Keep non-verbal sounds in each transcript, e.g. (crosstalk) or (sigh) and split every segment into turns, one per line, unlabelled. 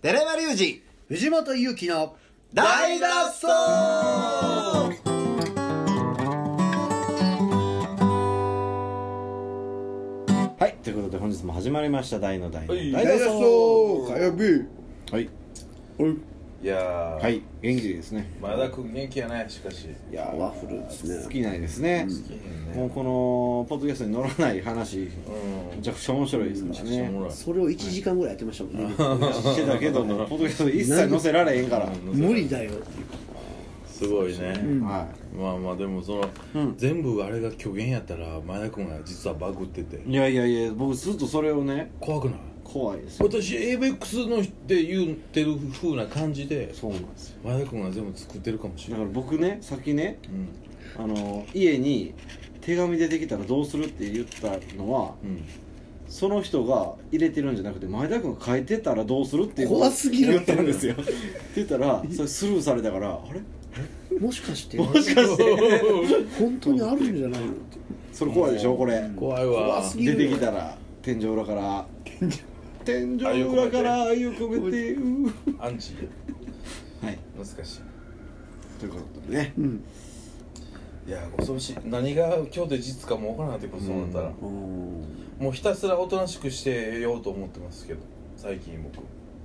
寺山隆
二藤本勇樹の
二大脱走はいということで本日も始まりました大の大の大
大脱
脱走
走火曜日
はい
はい
いやー、
はい元気ですね
前田君元気やねしかし
いやー
ワッフルですね
好きないですね
ん
もうこのポッドキャストに乗らない話
うん
めちゃくちゃ面白いですから
おも
ね
ろい
それを1時間ぐらいやってましたもんね
してたけどもポッドキャスト一切載せられへんから
無理だよ
すごいね、
は
まあまあでもその、全部あれが虚言やったら前田君が実はバグってて
いいやいやいや僕ずっとそれをね
怖くない
怖いですよ
私 ABEX のって言ってる風な感じで
そうなんですよ
前田君が全部作ってるかもし
だ
れ
か
ない
ら僕ね先ね
うん
あの家に手紙出てきたらどうするって言ったのは
うん
その人が入れてるんじゃなくて前田君が書いてたらどうするっていう
怖すぎる
言ったんですよって言ったらそれスルーされたからあれ
もしかして
もしかして
本当にあるんじゃないのって
それ怖いでしょこれ
(laughs) 怖い
怖
わ
すぎ
出
る
てきたら天井裏から天井裏から愛を込めてうー
アンチ
はい
難し
ということでね
うん
いいやー恐ろしい何が今日で実かもわからなくなってくるそうなったら、もうひたすらおとなしくしてようと思ってますけど最近僕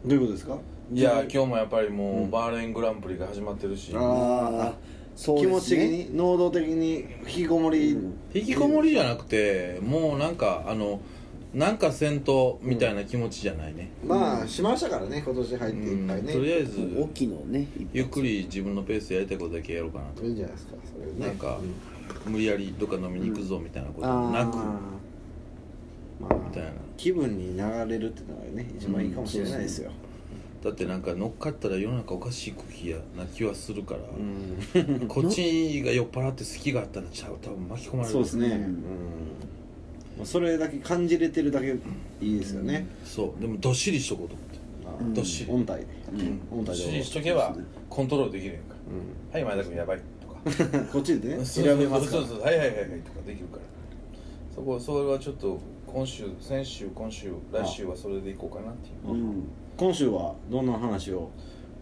どういうことですか
いや今日もやっぱりもう、
うん
バーレングランプリが始まってるし
ああ
そう
気
で
持
す
ち的
ね
に能動的に引きこもり
引きこもりじゃなくてもうなんかあのなんか戦闘みたいな気持ちじゃないね、
まあしましたからね今年入っ
う
て
ん
一回ね
とりあえず
大きいのをね
ゆっくり自分のペースでやりたいことだけやろうかなと、
いいんじゃないですかそれね
なんか、無理やりどっか飲みに行くぞみたいなこともな
あ
く、
ーま
みたいな
あ気分に流れるってのがね一番いいかもしれないですよ
だってなんか乗っかったら世の中おかしい気やな気はするから、
うん
こっちが酔っ払って好きがあったらちゃう多分巻き込まれる
そうですね
うん
うんまあそれだけ感じれてるだけいいですよね
そうでもどっしりしとこうと思って
まあ
うん
どっしり
音体で
うん
音
どっ
体
しり
で
しとけばコントロールできるやんかはい前田君やばいとか
うんこっちでね
そ
選
うそう
べますか
そう
ら
そうはいはいはいはいとかできるからそこそれはちょっと今週先週今週
あ
来週はそれでいこうかなっていう
うん
今週はどんな話を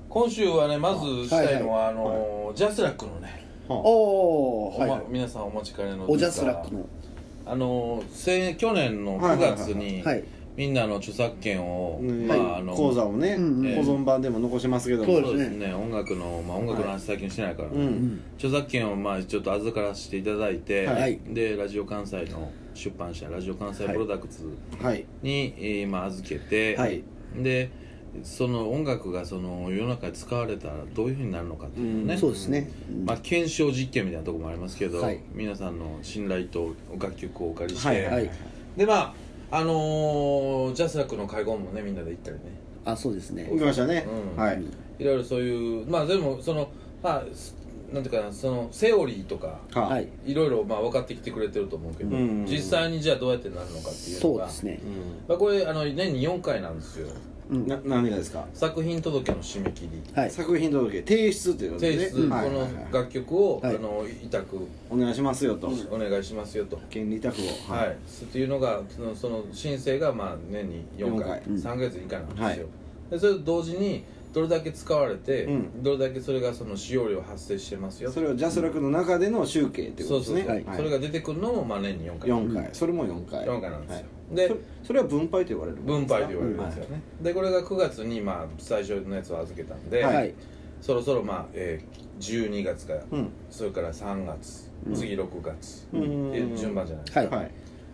今週はねまずしたいのは
は
あのージャスラックのね
お
お
おはいは
ま
い
皆さんお待ちかねの
おジャスラックの
あのーせ去年の
はい
9
はいはい
月に
はい
みんなの著作権を
ね
まああの
講座をね保
うんうん
存版でも残しますけど
そ
も
う
そうですね音楽のまあ音楽の話最近してないから
う
ね
ん
著作権をまあちょっと預からせていただいて
はい
でラジオ関西の出版社ラジオ関西プロダクツ
はい
に、えーまあ、預けて、
はい
でその音楽がその世の中で使われたらどういうふうになるのかっていうのね、
うん
そうですねうん
まあ、検証実験みたいなところもありますけど、
はい
皆さんの信頼とお楽曲をお借りして、
はいは
はいい
でまああのージャスラックの会合もねみんなで行ったりね
あそうですね
行きましたね
うん
はい
いろいろそういうまあでもそのまあすなんていうかなそのセオリーとか
は
はい
いろいろまあ分かってきてくれてると思うけど、
うん
実際にじゃあどうやってなるのかっていうの
そう
が
ですね
う
まあ、これあの年に4回なんですよ
んな何がですか
作品届の締め切り
はい
作品届提出っていうことで
提出、
ねは
こ
いはいは
の
い
楽曲を、
はい
あの委託
お願いしますよと
お願いしますよと、
権利委託を
はいっていうのがそのその申請がまあ年に4回
四回
3ヶ月以下なんですよ、
はい
でそれと同時にどれだけ使われて、
うん
どれだけそれがその使用量発生してますよ
それをジャスラックの中での集計ってこ
そ
と
う
です
そう
ね
そう、
はい
それが出てくるのもまあ年に4回
4回それも4回
四回なんですよ
はい
で
そそれは分配と言われる
分配と言われるんですよ
よ
ね、でこれが9月にまあ最初のやつを預けたんで、
はい
はい
そろそろまあ、えー、12月から、
うん
それから3月、次6月、
うん
えー順番じゃないですか、
は
はいいはい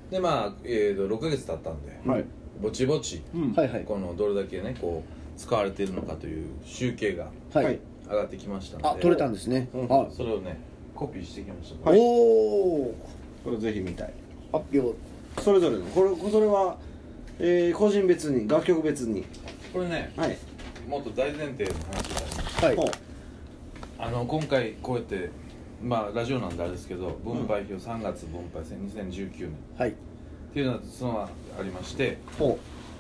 でまあ、えー、と6ヶ月経ったんで、
はい
ぼちぼち、
うん
はいはい
このどれだけねこう使われているのかという集計が
はい、
はい
上がってきましたので
あ取れたんですね、
うん
あ
それをねコピーしてきました、
はい
おお
これぜひ見たい
発表
それぞれのこれそれはえー個人別に楽曲別に
これね
はい
もっと大前提の話が
はい
ほう
あの今回こうやってまあラジオなんであれですけど分配表3月分配戦2019年
はい
っていうのはそのありまして
ほ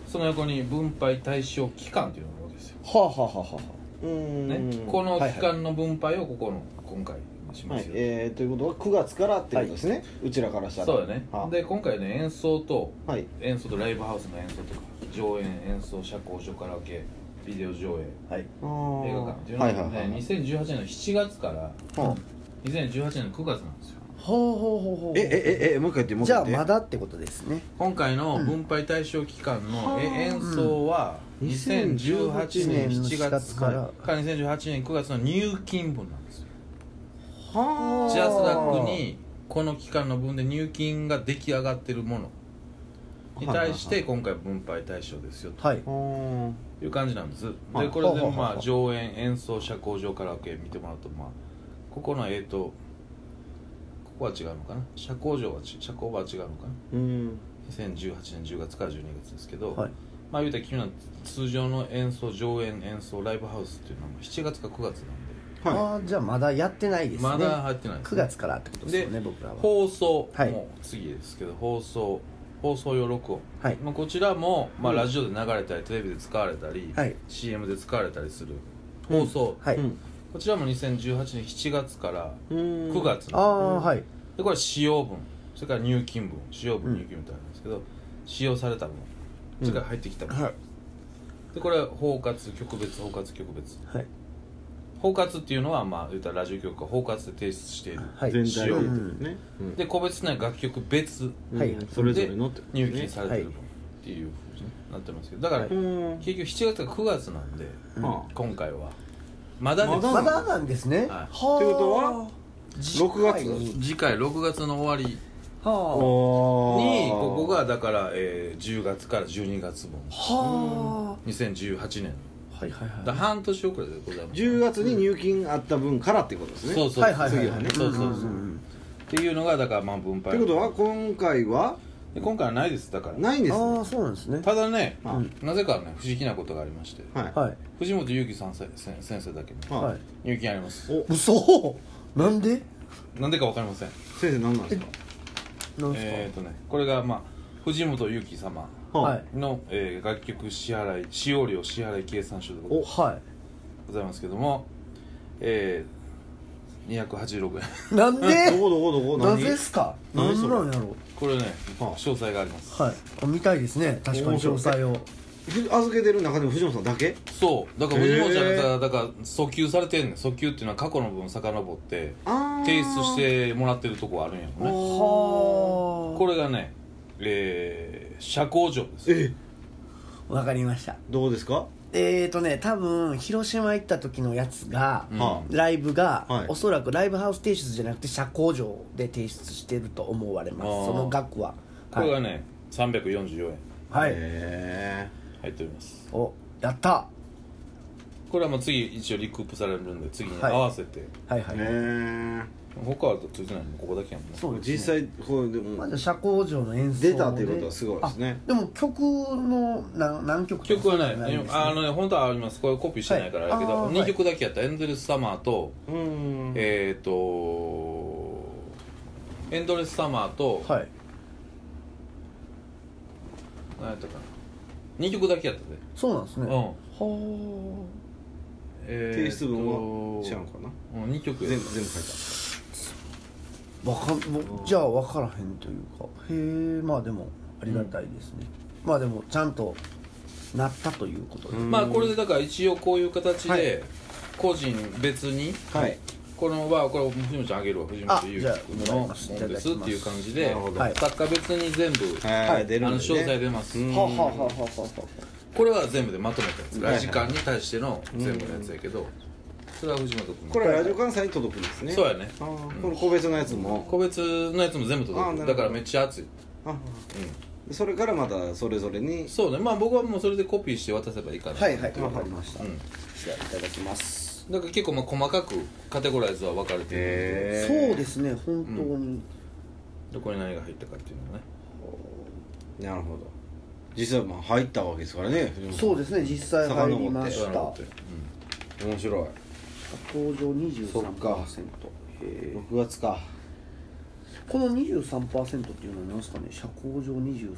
その横に分配対象期間っていうのがあるんですよ、
うはあ、はあはあはあは
うーん
ね、この期間の分配をここの今回にしま
はい
すよ、
えーということは9月からってことですねうちらからしたら
そうだね
は
で今回ね演奏と
はい
演奏とライブハウスの演奏とか上演演奏社交所カラオケビデオ上映
はい
映画
あ
館っていうのがあって、
はいはいはいはい
2018年の7月から
あ
2018年の9月なんですよ
ほうほうほうほう
ええええもう一回言ってもう一
じゃあ
回言
ま
って
だってことですね
今回の分配対象期間の
うん
え演奏は
うん
2018年7
2018
月か
から
ら2018年9月の入金分なんですよ
は
ジャスダックにこの期間の分で入金が出来上がってるものに対して今回分配対象ですよ
はい
あ
という感じなんです
は
で
い
これで
はあはあ
ま
は
あ
あ
上演演奏社交場カラオケ見てもらうとまあここのえっとここは違うのかな社交場はち社交場は違うのかな
うん
2018年10月から12月ですけど、
はい
まあ言うたら君の通常の演奏上演演奏ライブハウスっていうのはもう7月か9月なんで
は
あーじゃあまだやってないですね
まだ入ってないです
9
ね
月からってことですよね僕らは
放送、
はい
もう次ですけど放送放送用録音、
はい
まあ、こちらも、まあ、ラジオで流れたりテレビで使われたり、
はい
CM で使われたりする放送、
はい
いうん
こちらも2018年7月から
うん
9月
あ
の、
あはい
でこれは使用分それから入金分使用分入金分ってあるんですけど、使用された分それから入ってきた分、
はい
でこれは包括曲別包括曲別
はい
包括っていうのはまあ言ったらラジオ局が包括で提出している、
はい
全
体
体
で
で
言う
ね
で個別な楽曲別
はい
それぞれのって
入金されてる分っていうふうになってますけどだから、
はい
うん
結局7月か9月なんで
は
今回はまだです、
まだなんですね
はい
ー
ってことは
次回に
6
次回6月の終わりに
あ
は
ここ
は
がだから、えー10月から12月分
あは
2018年
あはいはいは
だ半年遅れでございます
10月に入金あった分からってことですね
そうそう
はいはいはい
次はねそうそうそうっていうのがだからまあ分配
ってことは今回は
で今回はないですだから
ないんですね
ああそうなんですね
ただね、
あ
なぜかね不思議なことがありまして
はい
はい
藤本勇樹さんせ先先生だけね
あ
はい
入金あります
嘘なんで
なんでかわかりません
先生何なんですか
なん
え
で
っ、とねこれがまあ藤本勇樹様
すかはい
の、えー楽曲支払い使用料支払い計算書で
お
ご
は
ざいますけどもえー、286円
いなん
ど
で
こどこどこ
な
何
ぜですかな
何
ん
それ
なんやろ
(laughs) これね
は
詳
あ
細があります
はいあ見たいですね確かに詳細を
ふ預けてる中でも藤本さんだけ
そうだから藤本ちゃん
へ
が
ー
だから訴求されてんねん訴求っていうのは過去の分遡って
あー
提出してもらってるとこあるんやろね
は
これがねえー、社交場です
え
あわかりました
どうですか
えーとね多分広島行った時のやつが、
うん
は
ライブが、
はい
おそらくライブハウス提出じゃなくて社交場で提出してると思われま
あー
すその額は
これが
ね
ね344円
はい、
へ
入っております
おやった
これはもう次一応リクープされるんで次に合
はい
わせて、
はいは
え
い、
へえ
他はついてないのここだけやもんね
そうですね
実際こうで
ま
も
あ、じゃあ社交場の演奏
出たっていうことはすごいですね
あでも曲の何何曲
曲はね
ないんですね
あのね本当はありますこれコピーしてないからあれやけど、
はいあー
2曲だけやった、エンゼルスサマーと
うん
えっ、ー、とエンドレスサマーと、
はい
何やったかな2曲だけやったで、
そうなんですね、
うん
は
えー
提
と
出文は違うのかな
うん2曲や
全部
った
全部書いた
あわかんもうじゃあ分からへんというかへえまあでもありがたいですね、まあでもちゃんとなったということで、
うん
まあこれでだから一応こういう形で、
はい
個人別に
はい
このはこれ藤本ちゃんあげるわ藤本
あ
優
じゃあ
君のも
お願いしますいただき
んで
ます
すっていう感じで
なるほど
はい
作家別に全部、
はい出
あ
るん
の
で
詳細出
ね
ます、
うん
はあはあはあはあはあはあ
これは全部でまとめたやつ、
はいはい
時間に対しての全部のやつやけど、それは藤本君
これはラジオ関西に届くんですね
そうやね
あーこの個別のやつも
個別のやつも全部届
あーなる
く
ほど
だからめっちゃ熱い、
あ
う
それからまたそれぞれに
ん、そうねまあ僕はもうそれでコピーして渡せばいいかな
はいはいわかりました、
うん
じゃあいただきます
だから結構まあ細かくカテゴライズは分かれてるんで
へー
そうですね本当に、
どこに何が入ったかっていうのはね
なるほど実際まあ入ったわけですからね藤本さん
そうですね実際入りまし
そう
た
なのって、うん、
面白い
工場
そっか
23%へー
6月か
この23%っていうのは何ですかね社交上 23%23%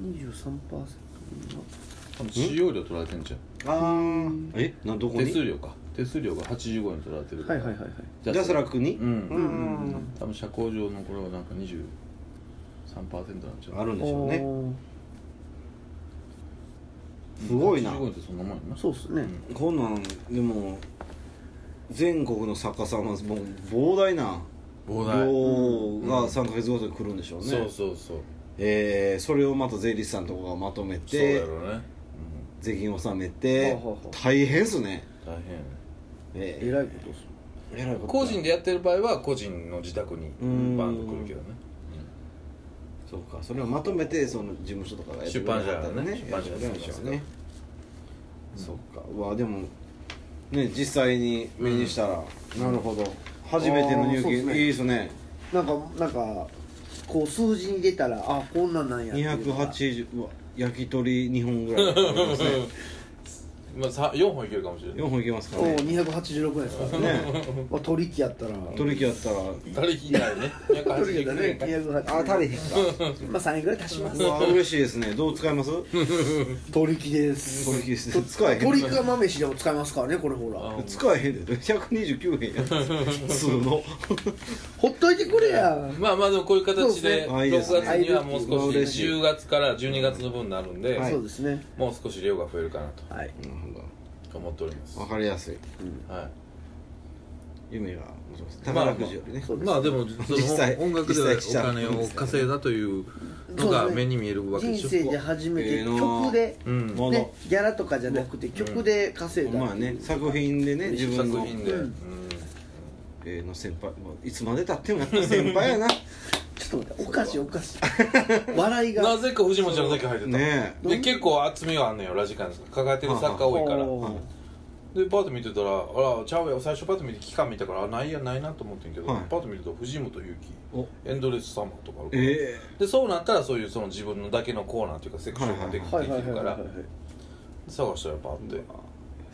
23%
多分使用料取られてんじゃん
ああえなどこ
手数
に
料か手数料が85円取られてる
はいはいはいはい
ジャスラックに
うん
うんうんうん
多分社交上のこれはなんか23%なんちゃう
あるんでしょうね
おー
すごいな
85ってそんなもんやな
そうっすね、
こんなんでも全国の作家さんはもう膨大な
膨大
量が3か月ごとに来るんでしょうね、
そうそうそう
えーそれをまた税理士さんとかがまとめ
そう
て
やろね
税金納めて
ほうほうほう
大変っすね
大変
え
えらいことっす
ええらいことだ
個人でやってる場合は個人の自宅に
うん
バンと来るけどね
そうかそれをまとめてその事務所とかがやってくれはったら
出
やっ
版
て
社
く
がね
れるんでしょう
出版社がや
ね
って、
そっかうわでもね実際に目にしたら、なるほど初めての入
あーそうっ
金、
すね
いいですね
なんかなんかこう数字に出たらあこんなんなんやっていうのが
280うわ焼き鳥2本ぐらいありますね
まあさ4本いけるかもしれない
4本いけますか
お
ね
286円ですからね、
ね
まあ、取引やったら
取引やったら
誰引いない
(laughs)
ね
取引だね
280
280
へんか
(laughs) まあ3円ぐらい足します
うわ嬉しいですねどう使います
(laughs) 取引です
取引ですね使えへん
取引は豆飯でも使えますからねこれほら
あ
使えへんで129円や普通の
ほっといてくれや
まあまあでもこういう形で
そう
6
ですね
月にはもう
あいい
少し
ですね
10月から12月の分になるんで
はい
そうですね
もう少し量が増えるかな
はい
なるほ
と思っております
どわかりやすい
は
夢が持ちます
まあ
宝くじよりね
そう
い
です
まあでもそ
実際
の音楽では
実際し
お
たら
金を稼いだというの
そう
が
ですね
目に見えるわけでし
人
ょ
生で初め
ええ
て
な
曲で、
うん
まあ
ね、ギャラとかじゃなくて曲で稼いだ、
まあね作品でね自分
作
の
品で、
う
えーの先輩まあいつまでたってもやっぱ先輩やな
ちょっと待っておかしいおか
(laughs)
しい笑いが
なぜか藤本ちゃんだけ入ってた、
ね
で結構厚みがあんねんよラジカンです抱えてる作家多いから
おー
でパッと見てたらあらちゃうよ最初パッと見て期間見たからあないやないなと思ってんけど、
はい
パッと見ると藤本勇
お
樹エンドレスサマーとかあるから
え
でそうなったらそういうその自分のだけのコーナーというかセクションができて
はい
き
はい
て
はい
る
は
か
いは
ら
い
探したらパッて
へ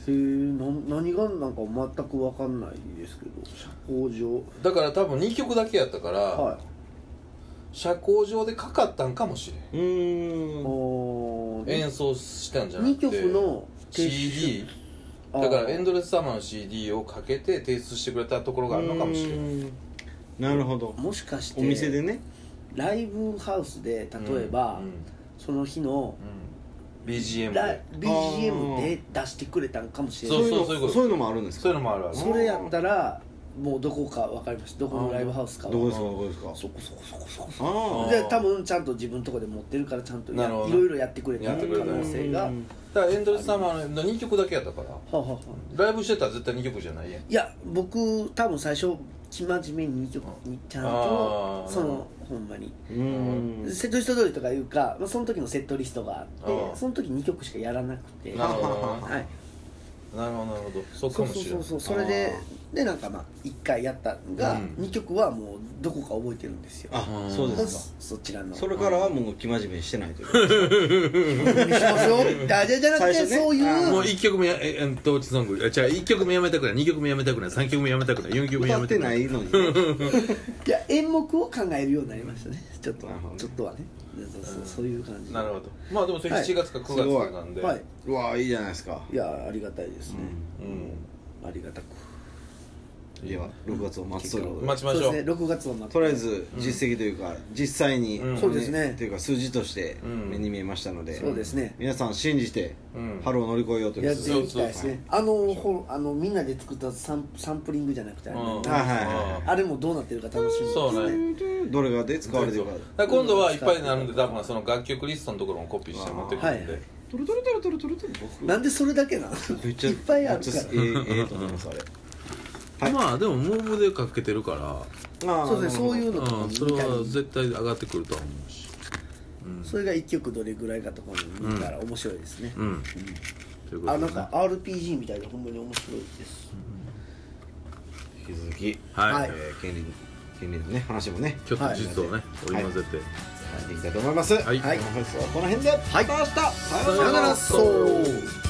えな何がなんか全く分かんないですけど社交上
だから多分2曲だけやったから、
はい
社交上でかかったんかもし
うーん
れん
2
演奏したんじゃなくて
曲の提出
CD
あー
だからエンドレスサマーの CD をかけて提出してくれたところがあるのかもしれない
なるほど
もしかして
お店でね
ライブハウスで例えば、
うんうん
その日の
うん、BGM
ラ
で
BGM で出してくれたんかもしれない
そ
そうういう
そうそうい
の
うこと
そういうのもあるんですか
そういうのもあるわ
それやったらもうどこか分かりましたどこのライブハウスかは
どうですかどうですか
そこそこそこそこそこ
あ
で多分ちゃんと自分のとこで持ってるからちゃんとや
なるほど
いろいろやってくれた
やってくれ
可
た
能性がは
うん
だからエンドレスサマーの2曲だけやったから
あはあはあ
ライブしてたら絶対2曲じゃないやん
いや僕多分最初生真面目にちょにちゃんと
あー
そのほんまに
あうん
セットリスト通りとかいうか、まあ、その時のセットリストがあ
あー
ってその時2曲しかやらなくて
なるほどね
はい、
なるほどなるほどそうか
そう
も
そう
しれ
そう
ない
そうそれででなんかまあ1回やったのが、
うん
2曲はもうどこか覚えてるんですよ
あそうですか
そそちらの
それからはもう生真面目にしてないとい
見
う
せますよあじゃじゃなく
最
て、
初ね
そうい
あー
う
もう1曲目やええっとソングあじゃあ1曲目やめたくない2曲目やめたくない3曲目やめたくない4曲目やめ
歌ったて
くな
ないいのにね
いや演目を考えるようになりましたねちょっと
なるほどね
ちょっとはねそうそうそういう感じ
なるほどまあでもそれ
はい
7月か9月かなんで、
はいう
わいいじゃないですか
いやありがたいですね、
うん、
ありがたく
では6月を待つということで
待ちましょ
そううですね6月の
とりあえず実績というか実際に
うん
そうですね
というか数字として
うん
目に見えましたので
そうですね
皆さん信じて
うん
春を乗り越えようという
や
こ
っ
と
て
で
いきたいですねあのほあのみんなで作ったサンサンプリングじゃなくてあれ,、
うん
はいはいは
あれもどうなってるか楽しみですね
そうね
どれがで使われて
だ
る
か
から
今度はいっぱいになるんで多分その楽曲リストのところもコピーして持ってくるんで、
はい
トルトルトルトルトルトル
なんでそれだけなの
めっちゃ
いっぱいあるか
めっちゃえ
ら
えええと思いますあれはい
まあでもムーブでかけてるか
あ
そうですねそういう
ら、
のとか
うん、それ
見たり
は絶対上がってくるとは思うし
それが1曲どれぐらいかとかも見たら面白いですね、
うん、ということで
あなんか RPG みたいでほんまに面白いです、
引き続き
はい、
はい
えー権利権利のね話もね
ちょっと術をね、織り交ぜて、
していきたいと思います
はい
本日はこの辺で
はい
また明日さ
さよならそう